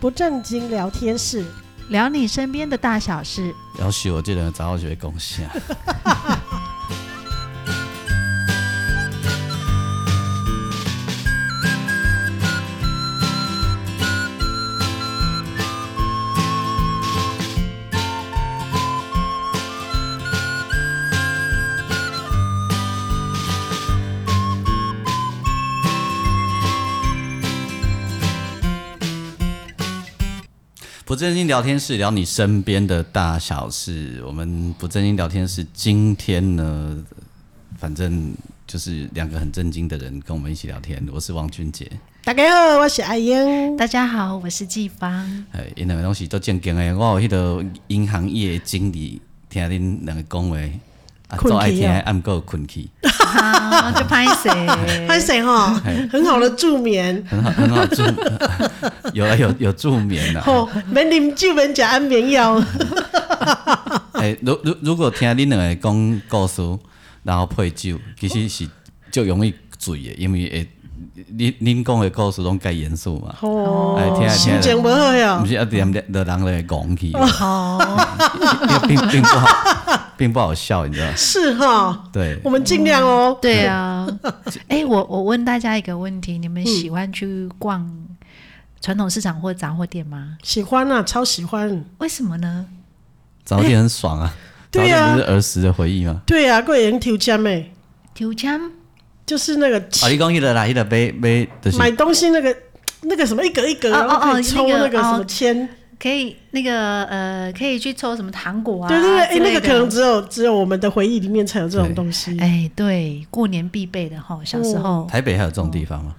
不正经聊天室，聊你身边的大小事。要许我这人早好就会贡献。不正经聊天室聊你身边的大小事。我们不正经聊天室今天呢，反正就是两个很正经的人跟我们一起聊天。我是王俊杰，大家好，我是阿 英。大家好，我是 季芳。哎，因两个东西都正经的。我有迄个银行业的经理听恁两个讲话，啊，困做爱去听，哦暗够困去，好，就拍谁？欢迎哈，哎很好的助眠，很好，很好助，有啊，有有助眠啊。吼，免啉酒，免食安眠药， 哎、如如如果听恁两个讲故事，然后配酒，其实是就容易醉的，因为会恁恁讲的故事拢介严肃嘛，吼哎、，听来嗯听心情来，不好哟毋。是一点点的人就会戆去，哦， 因为并并不好，并不好笑，你知道吗？是哈，对，我们尽量哦。 对 啊。哎、我我问大家一个问题：你们喜欢去逛传统市场或杂货店吗？喜欢啊，超喜欢。为什么呢？早点很爽啊，早对点啊不是儿时的回忆吗？对啊，过人抽签诶，丢枪就是那个啊，你讲迄个啦，迄个买买就是买东西那个那个什么一格一格，哦然后哦可以哦抽那个那个什么哦签，可以那个呃，可以去抽什么糖果啊？对对对，哎，之类那的个可能只有只有我们的回忆里面才有这种对东西。哎，对，过年必备的哈。小时候，哦台北还有这种地方吗？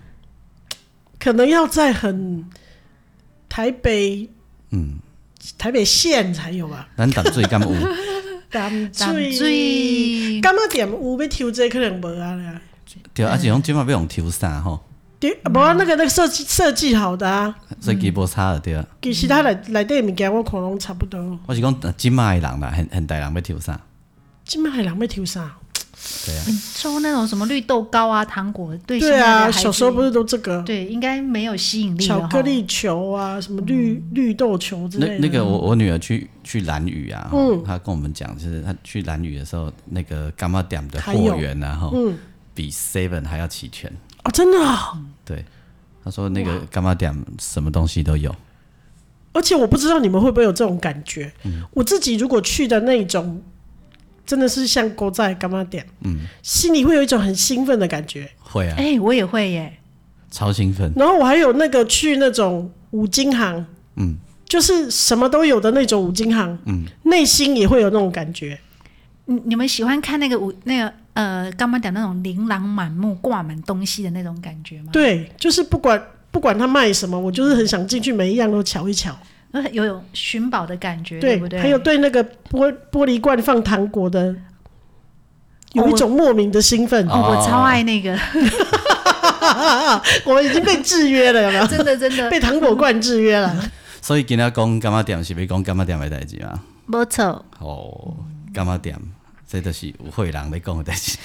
可能要在很台北嗯，台北县才有吧。咱淡水敢有？ 淡长水，最感觉点有要抽这可能无啊啦。对，而且用即马要用抽啥吼，对，无啊，那个那个设计设计好的啊，所以基本差了对啊。其实他嗯内内底物件我可能差不多。我是讲即马的人啦，很很大人要抽啥？今麦人要抽啥？对啊，嗯你抽那种什么绿豆糕啊、糖果，对现对在的啊，孩子小时候不是都这个对，应该没有吸引力了巧哈嗯克力球啊，什么绿绿豆球之类那的。嗯那个我我女儿去去蓝屿啊，吼她跟我们讲，就是她去蓝屿的时候，那个干妈点的还有货源啊，吼嗯比 Seven 还要齐全。哦，真的啊，对，她说那个干妈点什么东西都有，而且我不知道你们会不会有这种感觉。嗯我自己如果去的那种，真的是像狗仔干嘛点，嗯，心里会有一种很兴奋的感觉。会啊，哎、我也会耶，超兴奋。然后我还有那个去那种五金行，嗯，就是什么都有的那种五金行，嗯，内心也会有那种感觉。你你们喜欢看那个舞那个呃，刚刚讲那种琳琅满目、挂满东西的那种感觉吗？对，就是不管不管他卖什么，我就是很想进去每一样都瞧一瞧。呃，有有寻宝的感觉，对，不对？还有对那个玻玻璃罐放糖果的，有一种莫名的兴奋。哦，我超爱那个， 我们已经被制约了，有没有？真的真的，被糖果罐制约了。所以今仔讲干妈点是要讲干妈点的代志嘛？没错，哦，干妈点，这都是有会人咧讲的代志。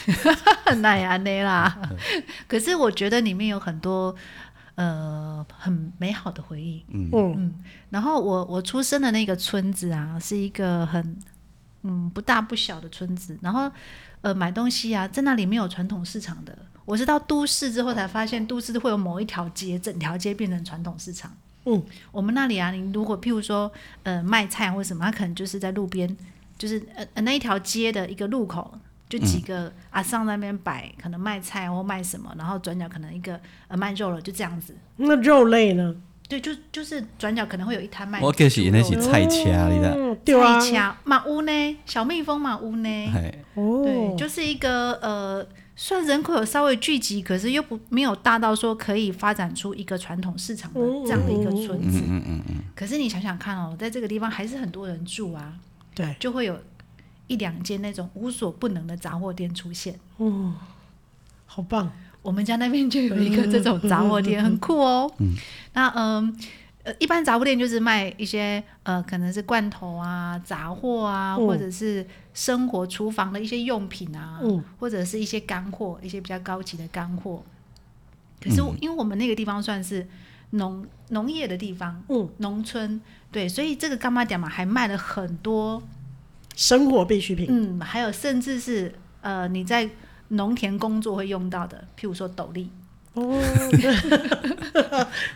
啊那也安内啦。嗯可是我觉得里面有很多呃很美好的回忆，嗯，然后我我出生的那个村子啊，是一个很嗯不大不小的村子。然后呃买东西啊，在那里没有传统市场的。我是到都市之后才发现，都市会有某一条街，整条街变成传统市场。嗯，我们那里啊，你如果譬如说呃卖菜或什么，它可能就是在路边，就是呃呃那一条街的一个路口。就几个阿桑在那边摆，可能卖菜或卖什么，然后转角可能一个呃卖肉了，就这样子。那肉类呢？对，就就是转角可能会有一摊卖。我就是因为是菜车，你知道？嗯，对啊，菜车马屋呢，小蜜蜂马屋嗯呢，嘿，对，哦，就是一个呃，算人口有稍微聚集，可是又不没有大到说可以发展出一个传统市场的这样的一个村子。嗯嗯嗯，可是你想想看哦，在这个地方还是很多人住啊，对，就会有一两间那种无所不能的杂货店出现。嗯，好棒。我们家那边就有一个这种杂货店，很酷哦。那嗯。呃，一般杂货店就是卖一些呃，可能是罐头啊、杂货啊，嗯或者是生活厨房的一些用品啊，嗯或者是一些干货，一些比较高级的干货。可是我因为我们那个地方算是农农业的地方，嗯，农村，对，所以这个干妈点嘛还卖了很多，生活必需品，嗯，还有甚至是呃你在农田工作会用到的，譬如说斗笠， 哦，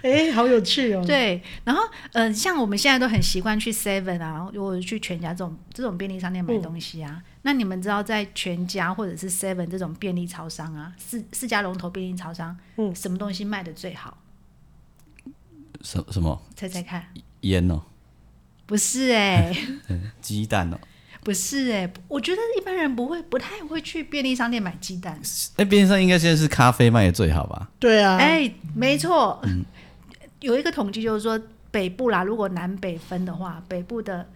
哎、好有趣哦，对，然后呃，像我们现在都很习惯去 Seven 啊，如果去全家这种这种便利商店买嗯东西啊，那你们知道在全家或者是 Seven 这种便利超商啊，四四家龙头便利超商，嗯什么东西卖的最好？什什么猜猜看？烟哦，不是哎、鸡蛋哦， 不是哎、我觉得一般人不会，不太会去便利商店买鸡蛋。哎，边上应该现在是咖啡卖的最好吧？对啊，哎、没错，有一个统计就是说，北部啦，如果南北分的话，北部的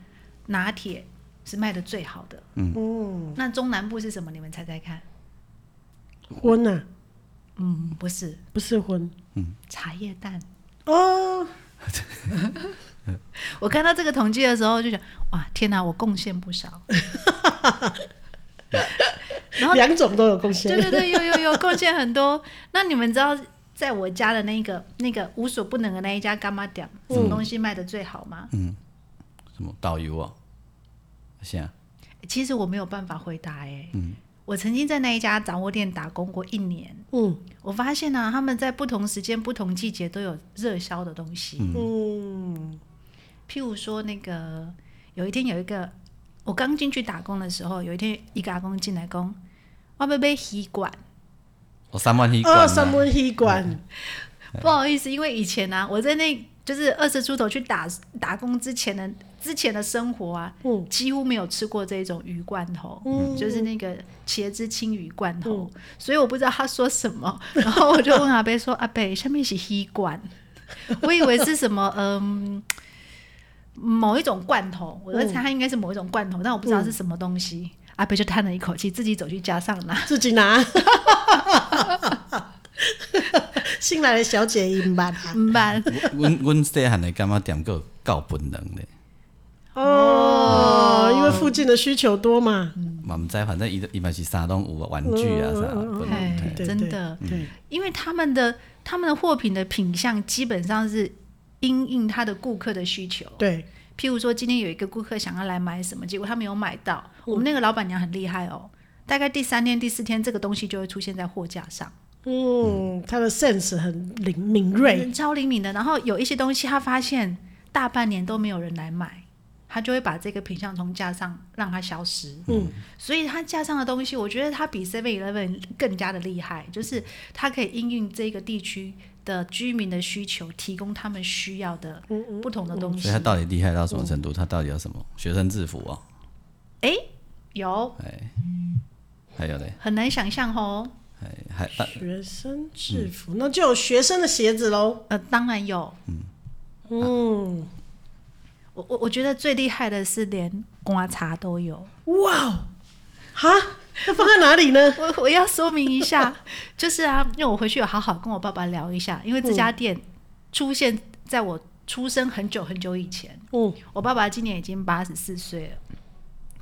拿铁是卖的最好的。嗯，那中南部是什么？你们猜猜看？婚呐、啊，嗯，不是不是婚茶叶蛋。哦，我看到这个统计的时候就想，哇，天哪，我贡献不少。然后哦两种都有贡献，对对对，有有有贡献很多。那你们知道在我家的那个那个无所不能的那一家干妈店，什么东西卖的最好吗？什么导游哦？现在其实我没有办法回答哎、我曾经在那一家杂货店打工过一年，嗯我发现呢、他们在不同时间、不同季节都有热销的东西。嗯，譬如说，那个有一天有一个我刚进去打工的时候，有一天一个阿公进来讲，我要买鱼馆。我三万一罐哦，啊，三温一馆，不好意思，因为以前呢、啊，我在那就是二十出头去打打工之前的之前的生活啊，嗯几乎没有吃过这种鱼罐头。嗯，就是那个茄汁青鱼罐头，所以我不知道他说什么， 然后我就问阿贝说：“阿贝，下面是黑罐。” 我以为是什么，嗯，某一种罐头，我在嗯猜它应该是某一种罐头，但我不知道是什么东西。阿贝就叹了一口气，自己走去加上拿。自己拿。 新来的小姐啊赢吧，嗯吧，阮阮细汉的感觉点个够本能的，哦，因为附近的需求多嘛，嘛毋知反正伊伊嘛是啥拢有啊玩具啊啥本能。哎，嗯对真的，对，因为他们的他们的货品的品相基本上是因应他的顾客的需求。对，譬如说，今天有一个顾客想要来买什么，结果他没有买到，我们那个老板娘很厉害哦，大概第三天、第四天，这个东西就会出现在货架上，嗯，他的 sense 很灵敏锐，嗯超灵敏的。然后有一些东西，他发现大半年都没有人来买，他就会把这个品相从架上让它消失。嗯，所以他架上的东西，我觉得他比 Seven Eleven 更加的厉害，就是他可以应用这个地区的居民的需求，提供他们需要的不同的东西嗯所以他。到底厉害到什么程度？他到底有什么学生制服哦？哎、有还有嘞，很难想象哦。还还但学生制服，嗯那就有学生的鞋子喽，呃，当然有。嗯，我我我觉得最厉害的是连刮痧都有。哇哦，哈，那放在哪里呢？我我要说明一下，就是啊，因为我回去有好好跟我爸爸聊一下，因为这家店出现在我出生很久很久以前。嗯，我爸爸今年已经八十四岁了。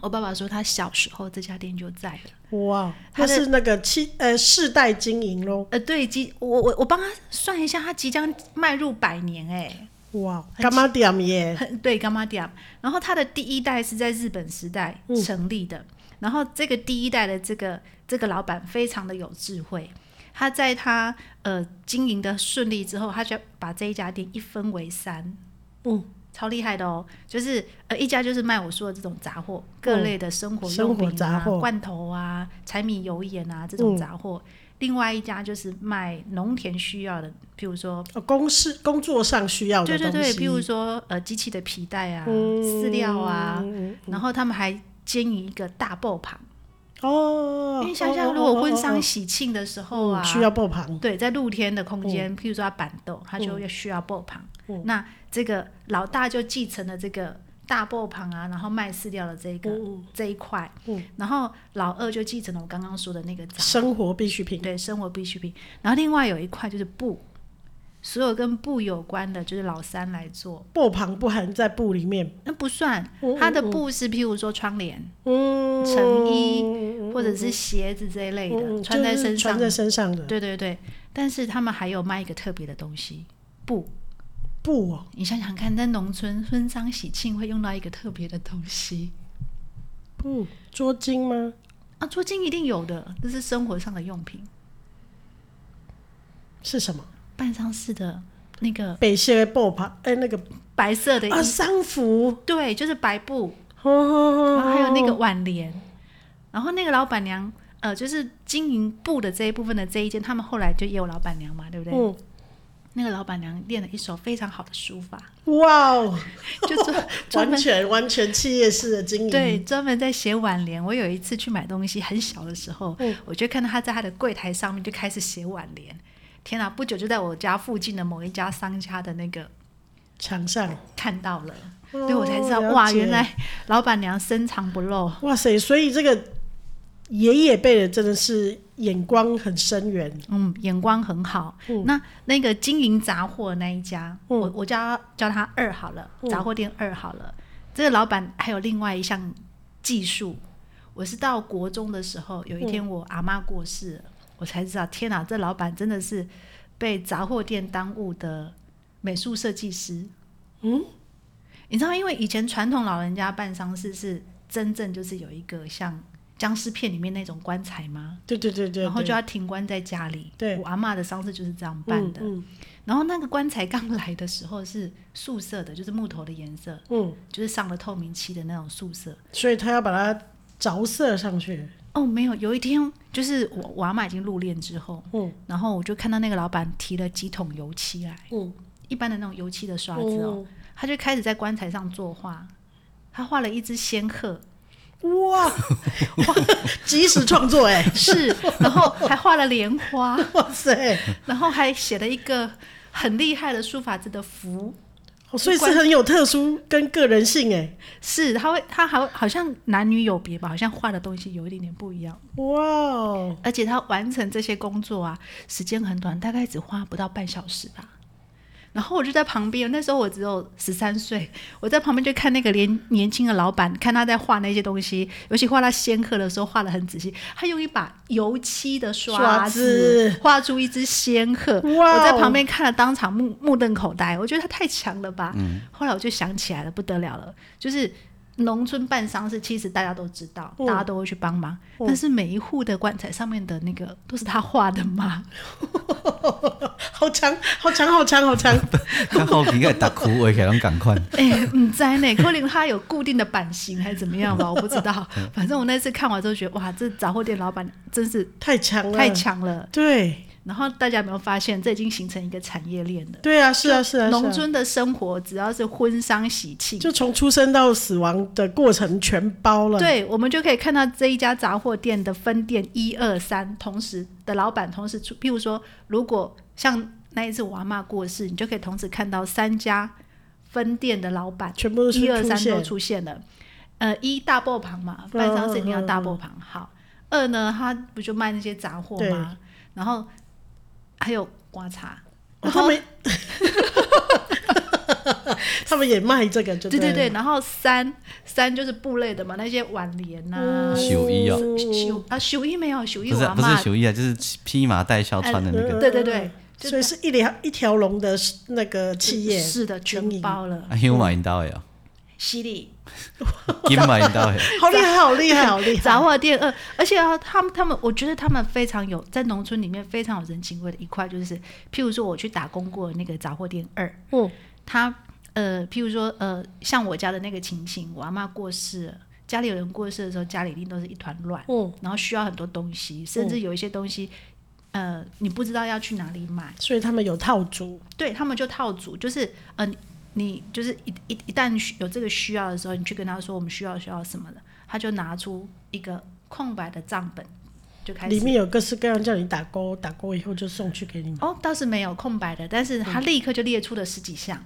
我爸爸说他小时候这家店就在了。哇，哦他他的是那个七呃世代经营喽，呃，对，即我我我帮他算一下，他即将迈入百年哎、哇，哦干妈点耶，很对干妈店，然后它的第一代是在日本时代嗯成立的，然后这个第一代的这个这个老板非常的有智慧，他在他呃经营的顺利之后，他就把这一家店一分为三，嗯，超厉害的哦，就是呃一家就是卖我说的这种杂货，各类的生活嗯生用活品杂啊、货嗯罐头啊、柴米油盐啊这种杂货。另外一家就是卖农田需要的，譬如说哦公事工作上需要的对东对西，对，比如说呃，机器的皮带啊、嗯饲料啊，然后他们还经营一个大爆棚，哦，因为想想哦如果哦婚哦丧哦喜庆的时候啊，嗯需要爆嗯棚，对，在露天的空间，譬如说他板凳，他就要需要爆棚。嗯那这个老大就继承了这个大爆棚啊，然后卖饲料的这个、嗯这一块，然后老二就继承了我刚刚说的那个杂生活必需品，对，生活必需品。然后另外有一块就是布，所有跟布有关的，就是老三来做。爆棚不含在布里面，那不算嗯，它的布是譬如说窗帘、嗯，成衣或者是鞋子这一类的，嗯穿在就是身上穿。在身上的，对对对，但是他们还有卖一个特别的东西，布，布哦，你想想看，在农村婚丧喜庆会用到一个特别的东西嗯布捉襟吗？啊，捉襟一定有的，这是生活上的用品。是什么？办丧事的那个北谢布帕，哎，那个白色的衣啊，丧服，对，就是白布，哦哦哦然后还有那个挽联，然后那个老板娘，呃，就是经营布的这一部分的这一间，他们后来就也有老板娘嘛，对不对？嗯，那个老板娘练了一手非常好的书法， 哇哦，就专专完门全完全企业式的经营，对，专门在写挽联。我有一次去买东西，很小的时候，嗯我就看到他在他的柜台上面就开始写挽联。天哪、不久就在我家附近的某一家商家的那个墙上，看到了，所所以我才知道、哇，原来老板娘深藏不露。哇塞，所以这个爷爷辈的真的是眼光很深远，嗯，眼光很好。那那个经营杂货那一家，嗯我我叫他叫他二好了，嗯杂货店二好了。这个老板还有另外一项技术，我是到国中的时候，有一嗯天我阿妈过世了，我才知道，天哪，这老板真的是被杂货店耽误的美术设计师。嗯，你知道，因为以前传统老人家办丧事是真正就是有一个像僵尸片里面那种棺材吗？对对对对，然后就对要停棺在家里。对我阿嬷的丧事就是这样办的。嗯然后那个棺材刚来的时候是素色的，就是木头的颜色，嗯，就是上了透明漆的那种素色嗯。所以他要把它着色上去，哦，没有，有一天就是我我阿嬷已经入殓之后，嗯然后我就看到那个老板提了几桶油漆来，嗯，一般的那种油漆的刷子哦，嗯他就开始在棺材上作画。他画了一只仙鹤，哇，即时创作哎、 是，然后还画了莲花，哇塞，然后还写了一个很厉害的书法字的符，哦所以是很有特殊跟个人性哎、是，他会，他还会好像男女有别吧，好像画的东西有一点点不一样。哇哦，而且他完成这些工作啊，时间很短，大概只花不到半小时吧。然后我就在旁边，那时候我只有十三岁，我在旁边就看那个年年轻的老板，看他在画那些东西，尤其画他仙鹤的时候画的很仔细，他用一把油漆的刷刷子画出一只仙鹤。哇哦我在旁边看了，当场目目瞪口呆，我觉得他太强了吧。后来我就想起来了，不得了了，就是农村办丧事，其实大家都知道，嗯大家都会去帮忙，嗯但是每一户的棺材上面的那个都是他画的吗？ 好长，好长，好长，好长，看后期该打哭，我也能赶快。哎、嗯，在呢，柯林他有固定的版型还是怎么样吧，我不知道。 反正我那次看完之后觉得，哇，这杂货店老板真是太强了，太，强了。对，然后大家有没有发现，这已经形成一个产业链了？对啊，是啊，是啊，是啊农村的生活只要是婚丧喜庆，就从出生到死亡的过程全包了，，对，我们就可以看到这一家杂货店的分店一二三，同时的老板同时出，譬如说，如果像那一次我阿嬷过世，你就可以同时看到三家分店的老板全部都是一二出三都现出现了。呃，一大爆旁嘛，办丧事一定要大爆旁。好，二呢，他不就卖那些杂货嗯对吗？然后还有刮茶，哦然他后们， 他们也卖这个就对对对对，然后三三就是布类的嘛，那些挽联呐、了，绣衣哦嗯绣啊绣衣没有绣衣，不我是阿不是嬷球衣啊，就是披麻戴孝穿的 那个。对对对，就嗯所以是一条一条龙的那个企业，是的，全经营包了。啊，香嘛因兜的犀利哦，金嘛因兜的。好厉害，好厉害，好厉杂害，货店，呃，而且啊，他们他们，我觉得他们非常有在农村里面非常有人情味的一块，就是譬如说我去打工过的那个杂货店二，嗯，他呃，譬如说呃，像我家的那个情形，我阿妈过世了，家里有人过世的时候，家里一定都是一团乱，嗯，然后需要很多东西，甚哦至有一些东西，呃，你不知道要去哪里买。所以他们有套组，对他们就套组，就是呃，你你就是一一一旦需有这个需要的时候，你去跟他说我们需要需要什么的，他就拿出一个空白的账本就开里始。面有各式各样叫你打勾，打勾以后就送去给你们。哦，倒是没有空白的，但是他立刻就列出了十几项，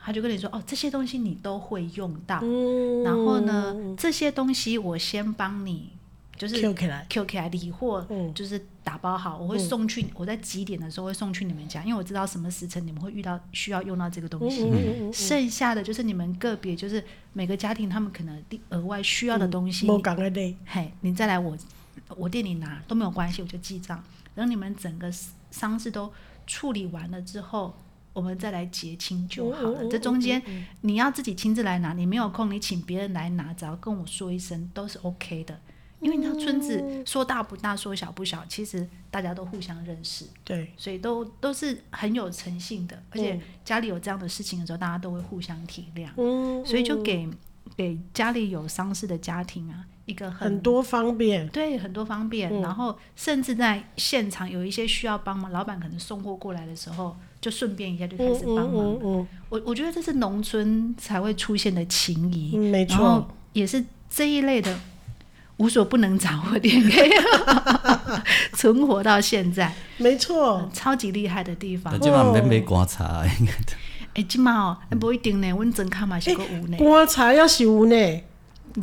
他就跟你说哦，这些东西你都会用到，嗯然后呢，这些东西我先帮你就是，Q 起来， QK 理货嗯就是打包好，我会送去。我在几点的时候会送去你们家，因为我知道什么时辰你们会遇到需要用到这个东西。嗯剩下的就是你们个别，就是每个家庭他们可能另额外需要的东西，莫你讲的累，嘿，你再来我我店里拿都没有关系，我就记账。等你们整个丧事都处理完了之后，我们再来结清就嗯好了。这中间你要自己亲自来拿，你没有空，你请别人来拿，只要跟我说一声都是 OK 的。因为你知道村嗯子说大不大，说小不小，其实大家都互相认识，对，所以都都是很有诚信的。而且家里有这样的事情的时候，大家都会互相体谅，嗯，所以就给给家里有丧事的家庭啊一个很多嗯方便，对，很多方便，然后甚至在现场有一些需要帮忙，老板可能送货过来的时候，就顺便一下就开始帮忙。嗯嗯我我觉得这是农村才会出现的情嗯谊，嗯，没然后错，也是这一类的无所不能掌握点可以 存活到现在，没错，超级厉害的地方那。今晚没没刮擦，应该哎，今嘛哦，哎不一定呢，温整看嘛是个有呢，刮茶要洗无呢，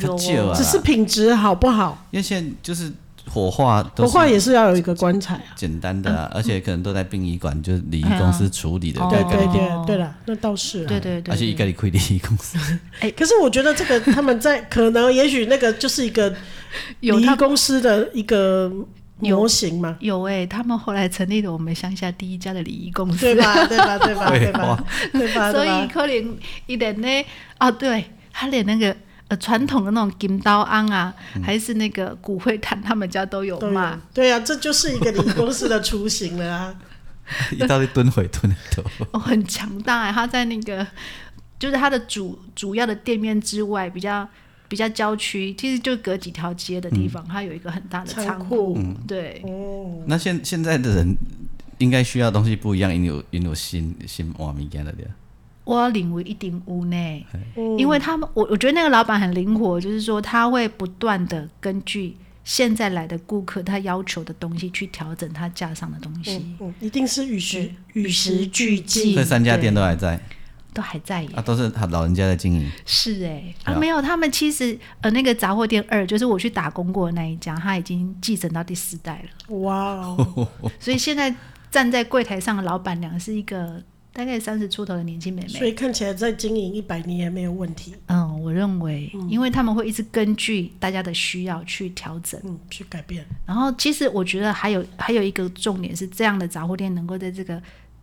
有较少哦啊只是品质好不好，因为现在就是火化都不是过也是要有一个棺材啊。简单的啊，而且可能都在殡仪馆，就是礼仪哎呀公司处理的哦对概对念。对对了，那倒是啊。对对对，而且一个礼亏礼仪公司，可是我觉得这个他们在可能也许那个就是一个有礼仪他公司的一个模型嘛，有哎、他们后来成立了我们乡下第一家的礼仪公 司，对吧？对吧？对吧？对对吧哇？对吧？ 所对以吧？可能一点呢，哦，对，他连那个呃传统的那种金刀安啊，还是那个骨灰坛，他们家都有都有嘛。对呀、啊，这就是一个礼仪公司的雏形了啊！一大堆蹲回蹲头，哦，很强大、欸，他在那个就是他的主主要的店面之外，比较比较郊区，其实就隔几条街的地方，它有一个很大的仓仓库库，对，哦，那现现在的人应该需要的东西不一样，因为有因为有新新换物件了对吧。我领为一顶屋呢。嗯因为他们，我我觉得那个老板很灵活，就是说他会不断的根据现在来的顾客他要求的东西去调整他架上的东西，嗯嗯，一定是与时与与时时俱俱进进。所以三家店都还在都还在耶。啊，都是老人家在经营。是哎、对啊，啊没有，他们其实呃那个杂货店二，就是我去打工过的那一家，他已经继承到第四代了，哇哦，所以现在站在柜台上的老板娘是一个大概三十出头的年轻妹妹所。以看起来在经营一百年没有问题，嗯，我认为，因为他们会一直根据大家的需要去调整。嗯，去改变，然后，其实我觉得还有还有一个重点是，这样的杂货店能够在这个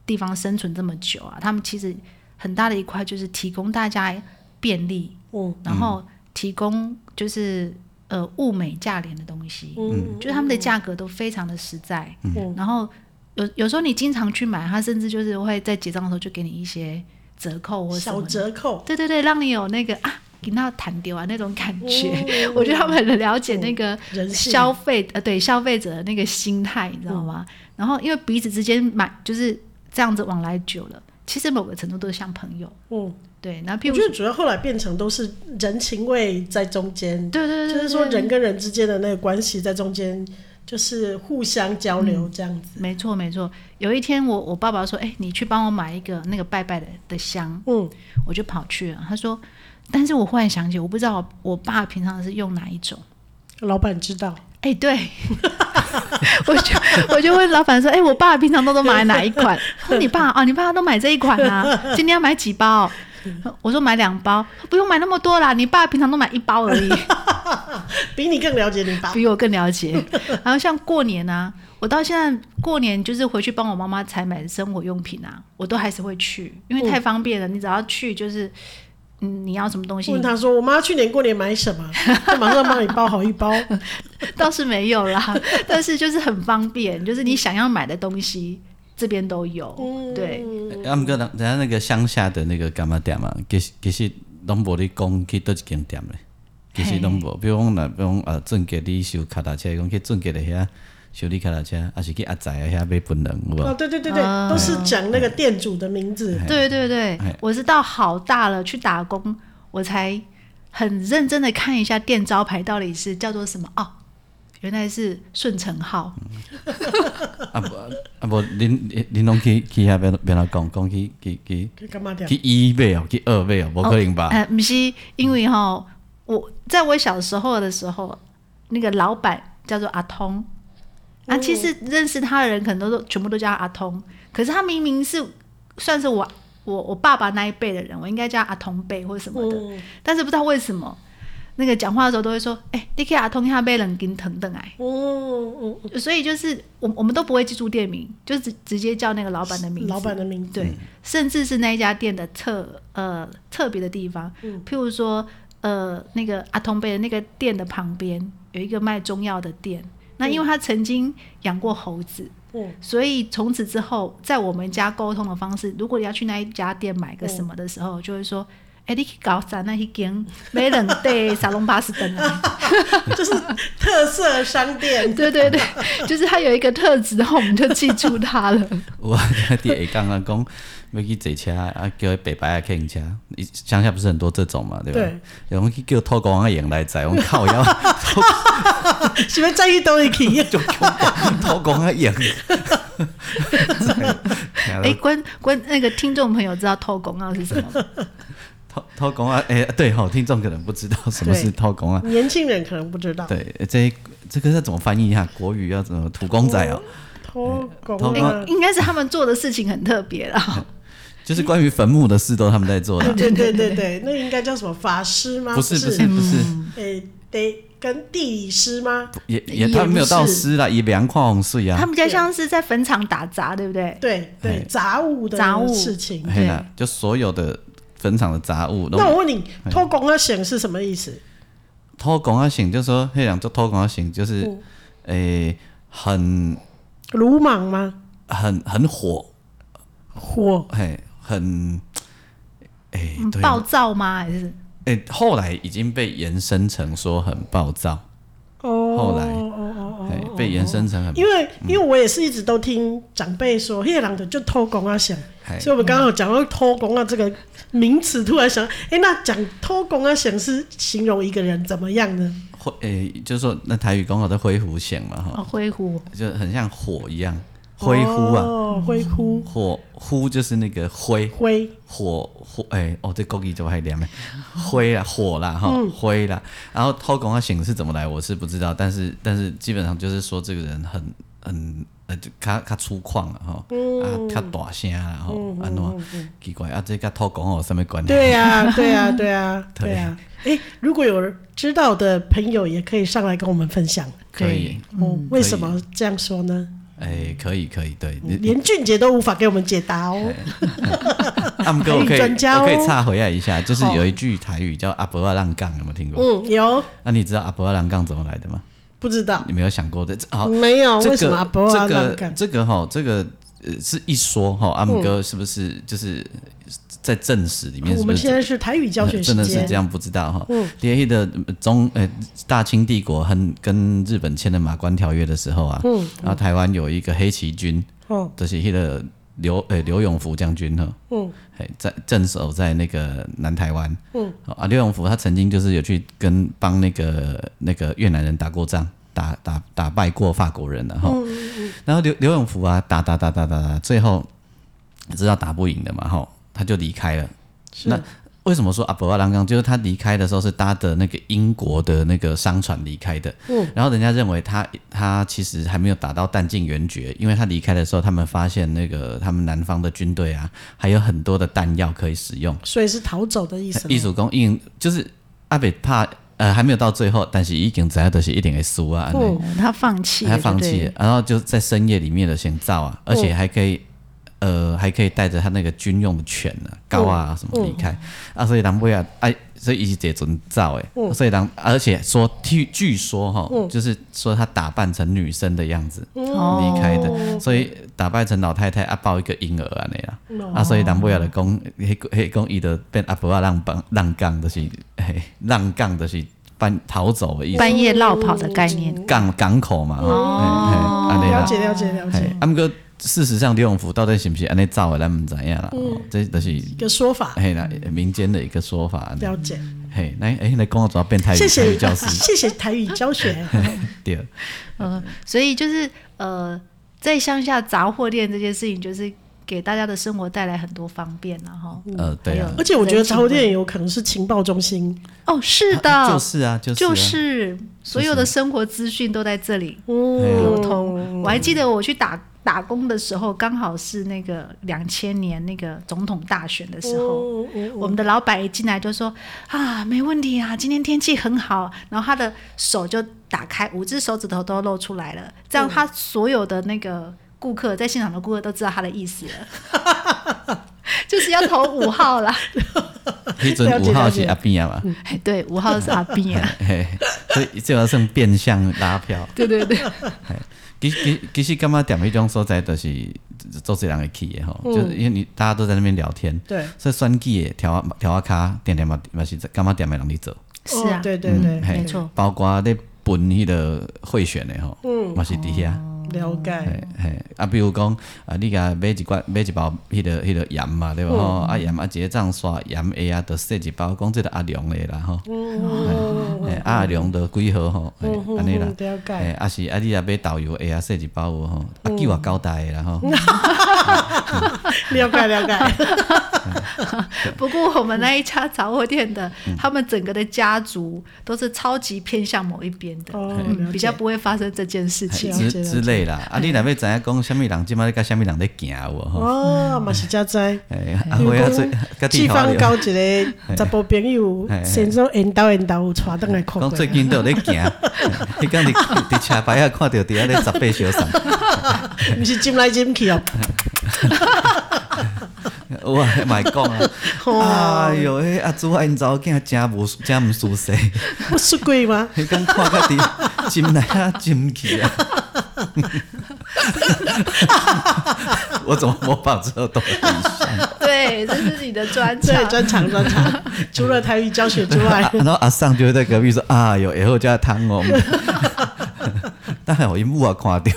地方生存这么久啊，他们其实很大的一块就是提供大家便利，嗯然后提供就是呃物美价廉的东西，嗯，就是他们的价格都非常的实在。嗯然后有有时候你经常去买，他甚至就是会在结账的时候就给你一些折扣或什小么的，折扣，对对对，让你有那个啊。给那弹丢啊那种感觉， 我觉得他们很了解那个嗯人性消费呃对消费者的那个心态，你知道吗？嗯然后因为彼此之间买就是这样子往来久了，其实某个程度都是像朋友。嗯，对，那譬我如觉得主要后来变成都是人情味在中间，对对对，就是对说对人跟人之间的那个关系在中间，就是互相交嗯流这样子，没错没错。有一天我我爸爸说：“哎、你去帮我买一个那个拜拜的的香。嗯，”我就跑去了。他说：“但是我忽然想起，我不知道我我爸平常是用哪一种。”老板知道，哎、对， 我就我就问老板说，哎、我爸平常都都买哪一款？他说你爸啊、哦，你爸都买这一款啊，今天要买几包？我说买两包，不用买那么多啦，你爸平常都买一包而已，比你更了解你爸，比我更了解。然后像过年啊，我到现在过年就是回去帮我妈妈采买生活用品啊，我都还是会去，因为太嗯方便了，你只要去就是。嗯，你要什么东西？问你他说：“我妈去年过年买什么？” 就马上帮你包好一包。 倒是没有啦，但是就是很方便，就是你想要买的东西这边都有。对，啊，毋过人人家那个乡下的那个干嘛店嘛，其实其实拢无你讲去倒一间店咧，其实拢无。比如讲，若比如讲呃，俊杰你修脚踏车，讲去俊杰的遐修理脚踏车，还是去阿仔的遐买槟榔， 有哦，无？啊对对对对，都是讲那个店主的名字。对对对哎，我是到好大了去打工，我才很认真的看一下店招牌到底是叫做什么哦，原来是顺成号。啊无啊无，恁恁恁拢去去遐边边头讲讲去去去干嘛讲？去一买哦，去二买哦，无可啊能吧？呃，不是，因为哈，我在我小时候的时候，那个老板叫做阿通。哦啊，其实认识他的人可能都全部都叫他阿通，可是他明明是算是我我我爸爸那一辈的人，我应该叫他阿通辈或什么的，嗯，但是不知道为什么那个讲话的时候都会说，哎、你可以阿通一下被冷筋疼疼哎。哦，所以就是我我们都不会记住店名，就直直接叫那个老板的名字。老板的名字，对，甚至是那一家店的特呃特别的地方，譬如说呃那个阿通贝的那个店的旁边有一个卖中药的店，那因为他曾经养过猴子，嗯所以从此之后在我们家沟通的方式，如果你要去那一家店买个什么的时候，就会说。哎、你去搞啥那一间没人对沙龙巴斯登啊？特色商店， 对对对，就是它有一个特质，然后我们就记住它了。 我第下讲啊，讲要去坐车啊，叫白白啊客人车，你乡下不是很多这种嘛，对吧？对然后去叫透光啊用来载，我靠要是不是在意都一起？就透光啊用。哎、观观那个听众朋友知道偷工啊是什么吗？ 偷偷工啊，哎、对吼，听众可能不知道什么是偷工啊。 年轻人可能不知道，对，这这个要怎么翻译啊？国语要怎么？土公仔哦，偷狗偷狗啊，应该是他们做的事情很特别 嗯啦。就是关于坟墓的事都是他们在做的啊，对对对对， 那应该叫什么法师吗？不是不嗯是，不是，诶，得跟地理师吗？也也也他们没有不到是诗啦，以凉跨洪水啊他。们家像是在坟场打杂，对不对？对对哎，杂物的杂物事情。嘿啦，就所有的坟场的杂物，那我问你，偷工啊险是什么意思？偷拱啊行，就说黑人做偷拱啊行，就是诶、很鲁莽吗？很很火，火嘿，很诶、嗯对啊暴躁吗？还是诶、后来已经被延伸成说很暴躁，哦，哦后来哦嘿哦哦，被延伸成很因为因为我也是一直都听长辈说，黑狼的就偷工啊想，嘿所以我们刚刚有讲到偷工啊这个名词，突然想，哎，那讲偷工啊想是形容一个人怎么样呢？会诶、就是说那台语刚好在挥胡显嘛哈，哦，挥霍就很像火一样挥呼啊，哦，挥呼火呼就是那个挥挥，火火哎、哦，这国语怎么还念呢？灰 啦，火啦，哈，嗯灰啦。然后偷工他啊醒是怎么来，我是不知道，但是但是基本上就是说这个人很很呃，就较较粗犷了哈，嗯啊，较大声啦哈，安怎奇怪啊？这跟偷工有什么关系？对 呀、对呀、对呀、对呀、诶，如果有知道的朋友，也可以上来跟我们分享。可以，哦，为可以什么这样说呢？哎，可以可以，对，你连俊杰都无法给我们解答哦。阿姆啊哥，我可台语以专家哦哦我可以岔回来一下，就是有一句台语叫阿伯啊浪杠，有没有听过？嗯，有那你知道阿伯啊浪杠怎么来的吗？不知道？你没有想过的？这哦好，没有？这啊为什么阿个伯要这让个干？这个哈，这个呃是一说嗯哈，阿姆哥是不是就是在正史里面啊我是们不现是？在是台语教学时 真的是间嗯这。样，不知道哈。第一的中呃大清帝国和跟日本签的马关条约的时候嗯啊，嗯然后台湾有一个黑旗军，哦，就是那个刘呃刘永福将军哈，嗯嘿，在镇守在那个南台湾，嗯，啊，刘永福他曾经就是有去跟帮那个那个越南人打过仗，打打打败过法国人的哈，然后刘刘永福啊，打打打打打打，最后知道打不赢的嘛哈，他就离开了。是那为什么说阿伯阿郎刚？就是他离开的时候是搭的那个英国的那个商船离开的，然后人家认为他他其实还没有打到弹尽援绝，因为他离开的时候，他们发现那个他们南方的军队啊，还有很多的弹药可以使用。所以是逃走的意思吗。艺术工应就是阿北怕呃还没有到最后，但是已经知道都是一定会输啊。安尼哦，他放弃了，他放对不弃对哦了，，然后就在深夜里面的先照啊，而且还可以，呃，还可以带着他那个军用的犬哦啊、高啊什么离开、啊，所以狼不要哎，所以一直得准照哦哎，所以狼，而且说据据说哈、就是说他打扮成女生的样子哦离开的，所以打扮成老太太啊抱一个婴儿啊那样。哦啊，所以人尾仔就讲， 迄迄讲伊就变阿婆啊，浪棒浪杠就是嘿，浪杠就是搬逃走的意思，半夜绕跑的概念。港港口嘛，吼、哦嘿嘿，安尼了啊啦。解了解了嘿解，，啊，毋过事实上，刘永福到底是不是安尼走的，咱毋知影啦。哦这就是嗯一个说法嘿啦，民间的一个说法。了解。嘿，来，哎，来，跟我怎么变态语谢台谢语 教师？哎谢谢台语教 学。对，嗯，所以就是呃，在乡下杂货店这件事情，就是给大家的生活带来很多方便然后嗯呃，对啊还，而且我觉得杂货店有可能是情报中心。哦，是啊的，就是啊，就是啊，就是所有的生活资讯都在这里嗯哎哦流通。我还记得我去打打工的时候，刚好是那个两千年那个总统大选的时哦候，嗯嗯嗯我们的老板一进来就说啊，没问题啊，今天天气很好。然后他的手就打开，五只手指头都露出来了，这样他所有的那个顾客在现场的顾客都知道他的意思了， 就是要投五号啦。迄阵五号是阿扁啊嘛， 哎对，五号是阿斌啊，嘿，所以这要算变相拉票。 对对 对，其其其实感觉踮迄种所在，就是做这人会去的吼，嗯就是因为你大家都在那边聊天，对，所以选举的调啊调啊卡，点点嘛嘛是感觉踮的人伫做，是哦，啊对对对，嘿没错，包括咧分迄个贿选的吼，嘛是伫遐。了解。嘿嘿，啊，比如讲，啊，你甲买一罐买一包迄、个迄、个盐嘛，对无吼、啊盐啊，一个粽刷盐下啊，着说一包，讲即个阿良的啦吼。嗯。嘿，啊阿良着几号吼？嘿嗯安尼啦嗯。嗯了解嘿，啊是啊，你若买豆油下啊，说一包有吼，啊叫我交代的啦吼。了解了 解，不过我们那一家杂货店的，他们整个的家族都是超级偏向某一边的，哦嗯了解比较不会发生这件事嘿情。了之解了解之类啦，啊，你若要知影讲，什物人即摆咧甲什物人咧行有无吼？哦，嘛是加在。嘿，哎啊，我嗯啊哎做，甲气地头方了。交一个查甫朋友，嘿嘿先做引导引导有带登来 看哎讲过。 最近都有咧行，迄工伫伫车牌啊看着伫遐咧十八小时。 毋是จิ้来จิ้去哦，我嘛会讲啊，哎哟，迄阿祖啊，因查某囝真无真毋舒适， 不出轨吗？迄工看甲伫心内啊，心去啊。 我怎么模仿这种东西？ 对，这是你的专对啊长。，专场专 场，除了台语教学之啊 外， 然后阿尚就会在隔壁说：“啊哟，以后叫他汤哦。” 当然，我一幕啊看到，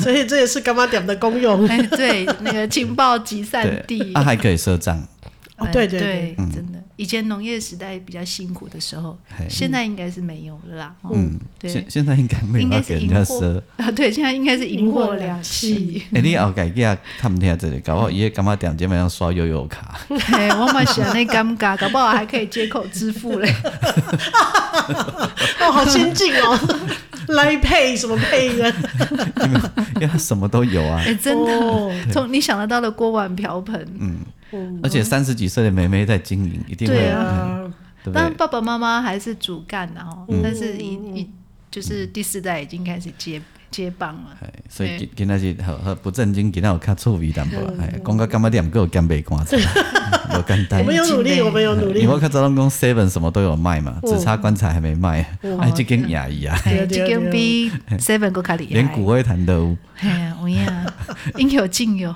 所以这也是干妈点的功 用。哎，对，那个情报集散对地，，啊还可以赊账，哦哎对对对对真的，以前农业时代比较辛苦的时候嘿，现在应该是没有了啦。哦嗯，现对，现在应该没应有该要是给人赢家赊 货。啊，对，现在应该是赢赢货货两两讫讫。哎，你后家己啊，他们听这个，嗯搞不好伊个感觉点这边上刷悠悠卡。 嘿，我蛮喜欢那尴尬，搞不好还可以接口支付 嘞。哦，好先进哦， 来配什么配 呢？因为因为它什么都有 啊，哎，真哦的，从你想得到的锅碗瓢盆，嗯而且三十几岁的妹妹在经营，一定会嗯对啊，对不嗯当然对？爸爸妈妈还是主干的哦，但是一一就是第四代已经开始接接棒了。哎所以对今今仔日好好不正经，今仔有较趣味淡薄，嗯哎，讲到感觉点还有兼卖观 察，无简我单们。有努力，我们哎有努因为力。我较早拢讲 Seven 什么都有卖嘛，哦只差棺材还没卖，哎，这间牙医啊，对哎，对这个对比 Seven 更加厉害。连骨灰坛都有。哎呀，我呀， 应有尽有，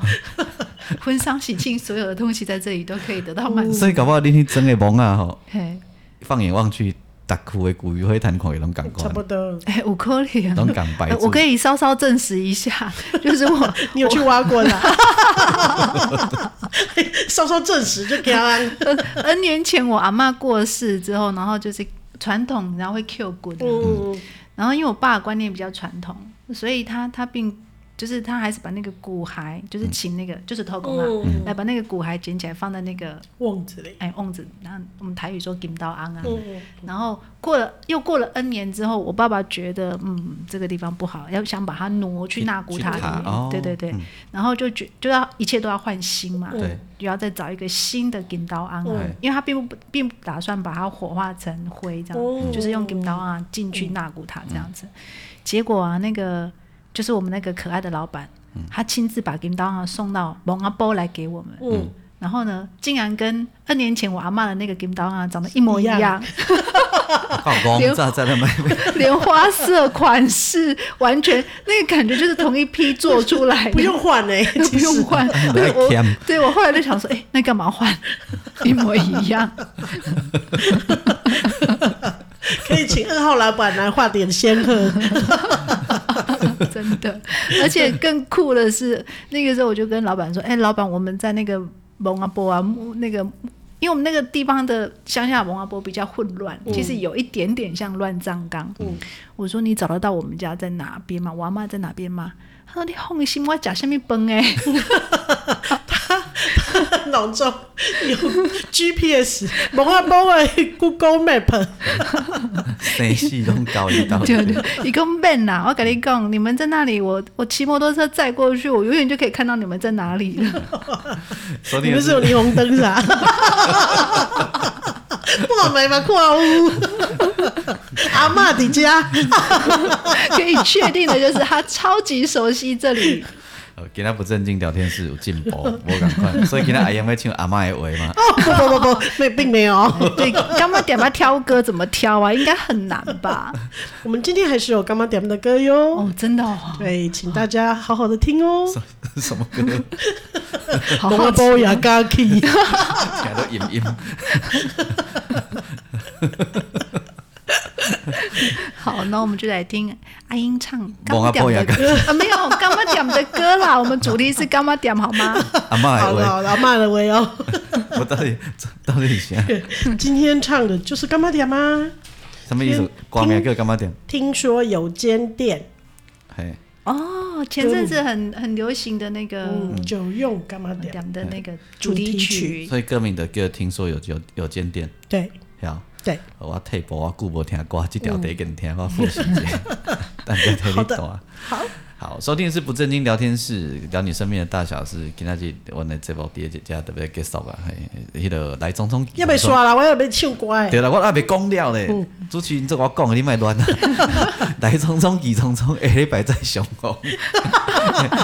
婚丧喜庆所有的东西在这里都可以得到满足。哦所以搞不好你去装的蒙啊吼，嘿，放眼望去，大区的骨灰坛看起来拢共差款不，多，哎，五颗莲拢，共白 呃住我可以稍稍证实一下，就是我你有去挖过的啊？ 稍稍证实就给他。 N 年前我阿嬷过世之后，然后就是传统，然后会 Q 骨的，嗯，然后因为我爸的观念比较传统，所以他他并就是他还是把那个骨骸，就是请那个就是头公啊，嗯来把那个骨骸捡起来放在那个瓮子里。哎瓮子，然后我们台语说金刀昂啊，嗯，然后过了又过了 N 年之后，我爸爸觉得嗯这个地方不好，要想把它挪去纳古塔里去塔面，哦对对对，嗯然后就觉就要一切都要换新嘛，对，就要再找一个新的金刀安啊嗯，因为他并不并不打算把它火化成灰这样，哦嗯就是用金刀安进去纳古嗯塔这样子，结果啊那个就是我们那个可爱的老板，嗯他亲自把金刀安送到蒙阿波来给我们。嗯然后呢，竟然跟二年前我阿嬷的那个金刀啊长得一模一一样样，搞公炸在那卖。 莲花色款式完全那个感觉就是同一批做出来的， 不用换哎，都 不其实用换。们对还我添对我后来就想说，哎、那干嘛换？ 一模一样。 可以请二号老板来画点仙鹤。真的。而且更酷的是，那个时候我就跟老板说：“哎、老板，我们在那个蒙阿波啊，木那个，因为我们那个地方的乡下蒙阿波比较混乱，嗯其实有一点点像乱葬岗。我说：“你找得到我们家在哪边吗？我阿妈在哪边吗？”他说：“你放心，我假下面崩哎。” 脑中有 GPS，甭话甭话 Google Map，谁系统搞一道？ 对 对，一个 man 呐，我跟你讲，你们在那里，我我骑摩托车载过去，我永远就可以看到你们在哪里了。 说你定们是有是霓虹灯是吧？ 挂眉嘛，挂屋，啊阿嬷伫家，可以确定的就是他超级熟悉这里。呃今天不正经聊天室有进步， 我赶快，所以今天阿英会唱阿嬷的话哦嘛。 不不不不，没并没有。对，干嘛点吧啊挑歌怎么挑啊？应该很难吧？我们今天还是有干妈点的歌哟。哦，真的哦，对，请大家好好的听哦。什么歌？好龙好啊阿奇波雅嘎 key，听都音 音。好，那我们就来听阿英唱《干蒙嘛阿波点雅的歌》啊，没有《干嘛点的歌》啦，我们主题是《干嘛点》好吗？阿嬷好的了话，好了，骂了我哦。 我到底到底 是啥？今天唱的就是干妈点吗？什么意思听？光明叫干嘛点？听说有间店，嘿，哦，前阵子很很流行的那个嗯，就用干妈点。点的那个主主题题曲曲，所以歌名的叫听说有有有间店，对晓？对，我退步，我久无听歌，这条得给你 听，我复习一下，大家听你懂啊。好，好，收听的是不正经聊天室，聊你身边的大小事。今仔日我们的节目第一集家特别结束啊，嘿，迄个来总统要被刷嗯了，我要被唱歌哎。对啊啦，我还袂讲了咧。主持人这我讲的，你莫乱 啊！来匆匆，去匆匆，下礼拜再上 哦。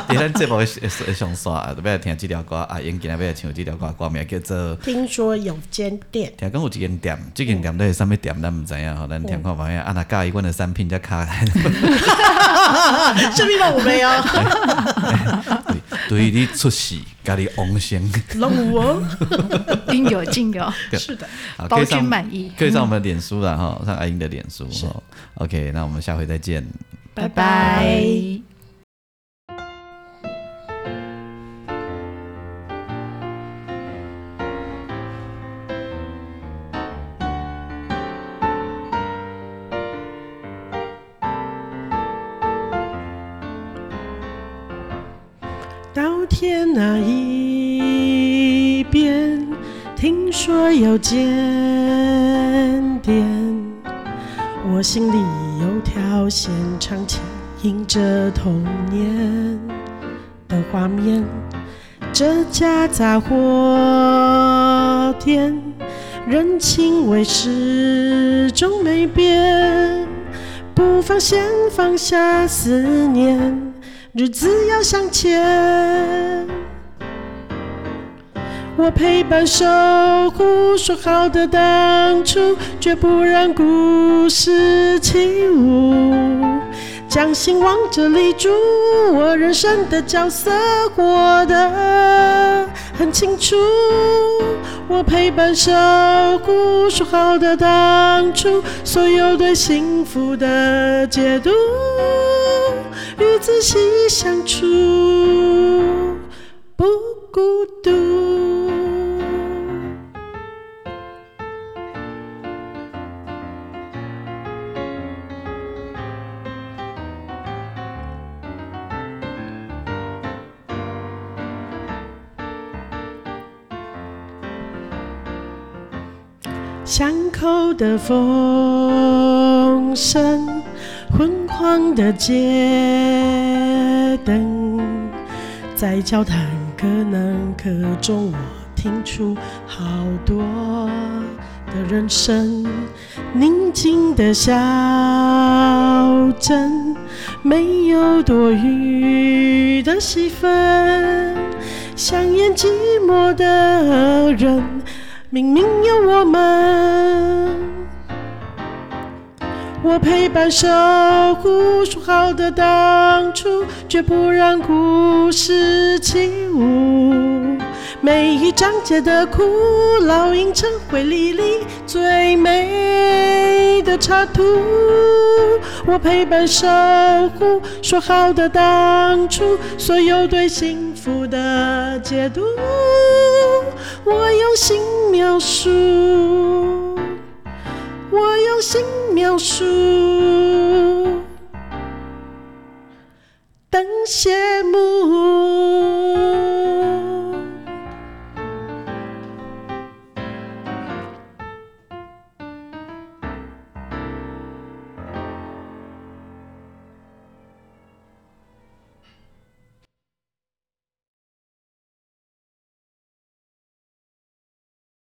伫咱节目的的上线，要来听这条歌啊，因今仔要来唱这条歌，歌名叫做。听说有间店， 听讲有一间店，这间嗯店到底是啥物店，咱毋知影吼，咱听看看下。啊，若介意阮的产品，才卡来。 这边都有没有？对对你出事，家己旺 盛。龙舞哦，应有尽有。是的，好包可以上君满意可以上我们的脸书了哈，上阿英的脸书哈。OK，那我们下回再见。拜拜。到天那一边，听说有间店，我心里有条线，常牵引着童年的画面。这家杂货店，人情味始终没变，不放先放下思念，日子要向前。我陪伴守护，说好的当初，绝不让故事起舞。将心往这里注，我人生的角色活得很清楚。我陪伴守护，说好的当初，所有对幸福的解读，与自己相处不孤独。巷口的风声，昏黄的街灯，在交谈可能课中，我听出好多的人生。宁静的小镇，没有多余的戏份，香烟寂寞的人，明明有我们。我陪伴守护，说好的当初，绝不让故事起舞。每一章节的苦，烙印成回忆里最美的插图。我陪伴守护，说好的当初，所有对幸福的解读，我用心描述。我用心描述，等谢幕。